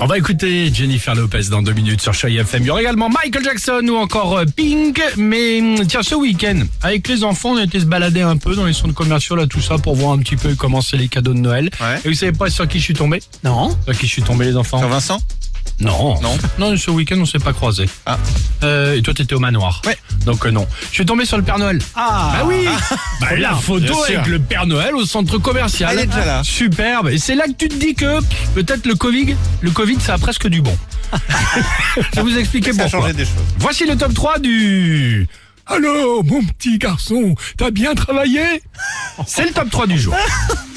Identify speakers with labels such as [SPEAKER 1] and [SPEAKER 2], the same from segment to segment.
[SPEAKER 1] On va écouter Jennifer Lopez dans deux minutes sur Chai FM. Il y aura également Michael Jackson ou encore euh, Pink. Mais hum, tiens, ce week-end, avec les enfants, on a été se balader un peu dans les centres commerciaux, là, tout ça, pour voir un petit peu comment c'est les cadeaux de Noël.
[SPEAKER 2] Ouais.
[SPEAKER 1] Et vous savez pas sur qui je suis tombé
[SPEAKER 2] Non.
[SPEAKER 1] Sur qui je suis tombé, les enfants
[SPEAKER 2] Sur Vincent
[SPEAKER 1] Non.
[SPEAKER 2] Non.
[SPEAKER 1] Non, ce week-end, on s'est pas croisés.
[SPEAKER 2] Ah.
[SPEAKER 1] Euh, et toi, t'étais au manoir.
[SPEAKER 2] Ouais.
[SPEAKER 1] Donc, euh, non. Je suis tombé sur le Père Noël.
[SPEAKER 2] Ah
[SPEAKER 1] Bah oui bah, La
[SPEAKER 2] bien
[SPEAKER 1] photo
[SPEAKER 2] sûr.
[SPEAKER 1] avec le Père Noël au centre commercial.
[SPEAKER 2] Elle est déjà là.
[SPEAKER 1] Superbe. Et c'est là que tu te dis que pff, peut-être le Covid, le Covid, ça a presque du bon. Je vais vous expliquer
[SPEAKER 2] Ça a
[SPEAKER 1] pourquoi.
[SPEAKER 2] changé des choses.
[SPEAKER 1] Voici le top 3 du... Allô, mon petit garçon, t'as bien travaillé C'est le top 3 du jour.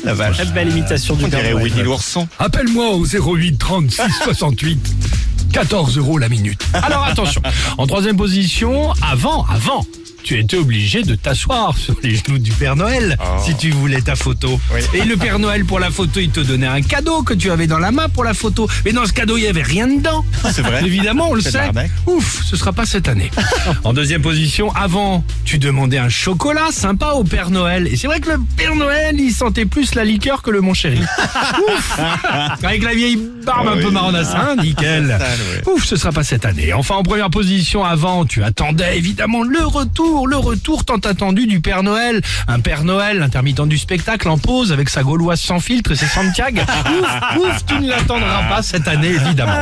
[SPEAKER 2] La vache.
[SPEAKER 3] Très belle imitation du
[SPEAKER 2] On dirait
[SPEAKER 3] Père Noël.
[SPEAKER 2] Winnie l'ourson.
[SPEAKER 1] Appelle-moi au 08 36 68 14 euros la minute. Alors attention, en troisième position, avant, avant, tu étais obligé de t'asseoir sur les genoux du Père Noël si tu voulais ta photo.
[SPEAKER 2] Ah. Oui.
[SPEAKER 1] Et le Père Noël pour la photo, il te donnait un cadeau que tu avais dans la main pour la photo. Mais dans ce cadeau, il y avait rien dedans.
[SPEAKER 2] Ah, C'est vrai.
[SPEAKER 1] Évidemment, on le
[SPEAKER 2] C'est de
[SPEAKER 1] sait.
[SPEAKER 2] l'arnaque.
[SPEAKER 1] Ouf, ce sera pas cette année. En deuxième position, avant, tu demandais un chocolat sympa au Père Noël. Et c'est vrai que le Père Noël, il sentait plus la liqueur que le mon chéri. Ouf Avec la vieille barbe un
[SPEAKER 2] Ah
[SPEAKER 1] peu
[SPEAKER 2] oui.
[SPEAKER 1] marronnasse, hein, nickel.
[SPEAKER 2] Total, ouais.
[SPEAKER 1] Ouf, ce sera pas cette année. Enfin, en première position, avant, tu attendais évidemment le retour, le retour tant attendu du Père Noël. Un Père Noël, intermittent du spectacle, en pause avec sa gauloise sans filtre et ses Santiago. ouf, ouf, tu ne l'attendras pas cette année, évidemment.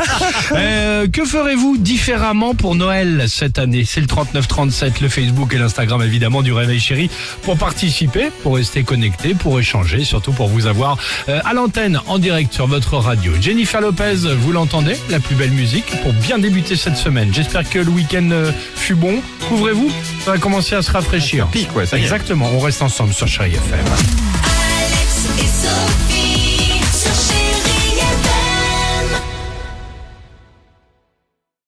[SPEAKER 1] Euh, que ferez-vous différemment pour Noël cette année C'est le 3937, le Facebook et l'Instagram, évidemment, du Réveil Chéri pour participer, pour rester connecté, pour échanger, surtout pour vous avoir euh, à l'antenne en direct sur votre radio. Jennifer Lopez, vous l'entendez, la plus belle musique pour bien débuter cette semaine. J'espère que le week-end euh, fut bon. Couvrez-vous, ça va commencer à se rafraîchir.
[SPEAKER 2] Pique, ouais, ça y est.
[SPEAKER 1] Exactement, on reste ensemble sur Chéri FM.
[SPEAKER 4] Alex et Sophie.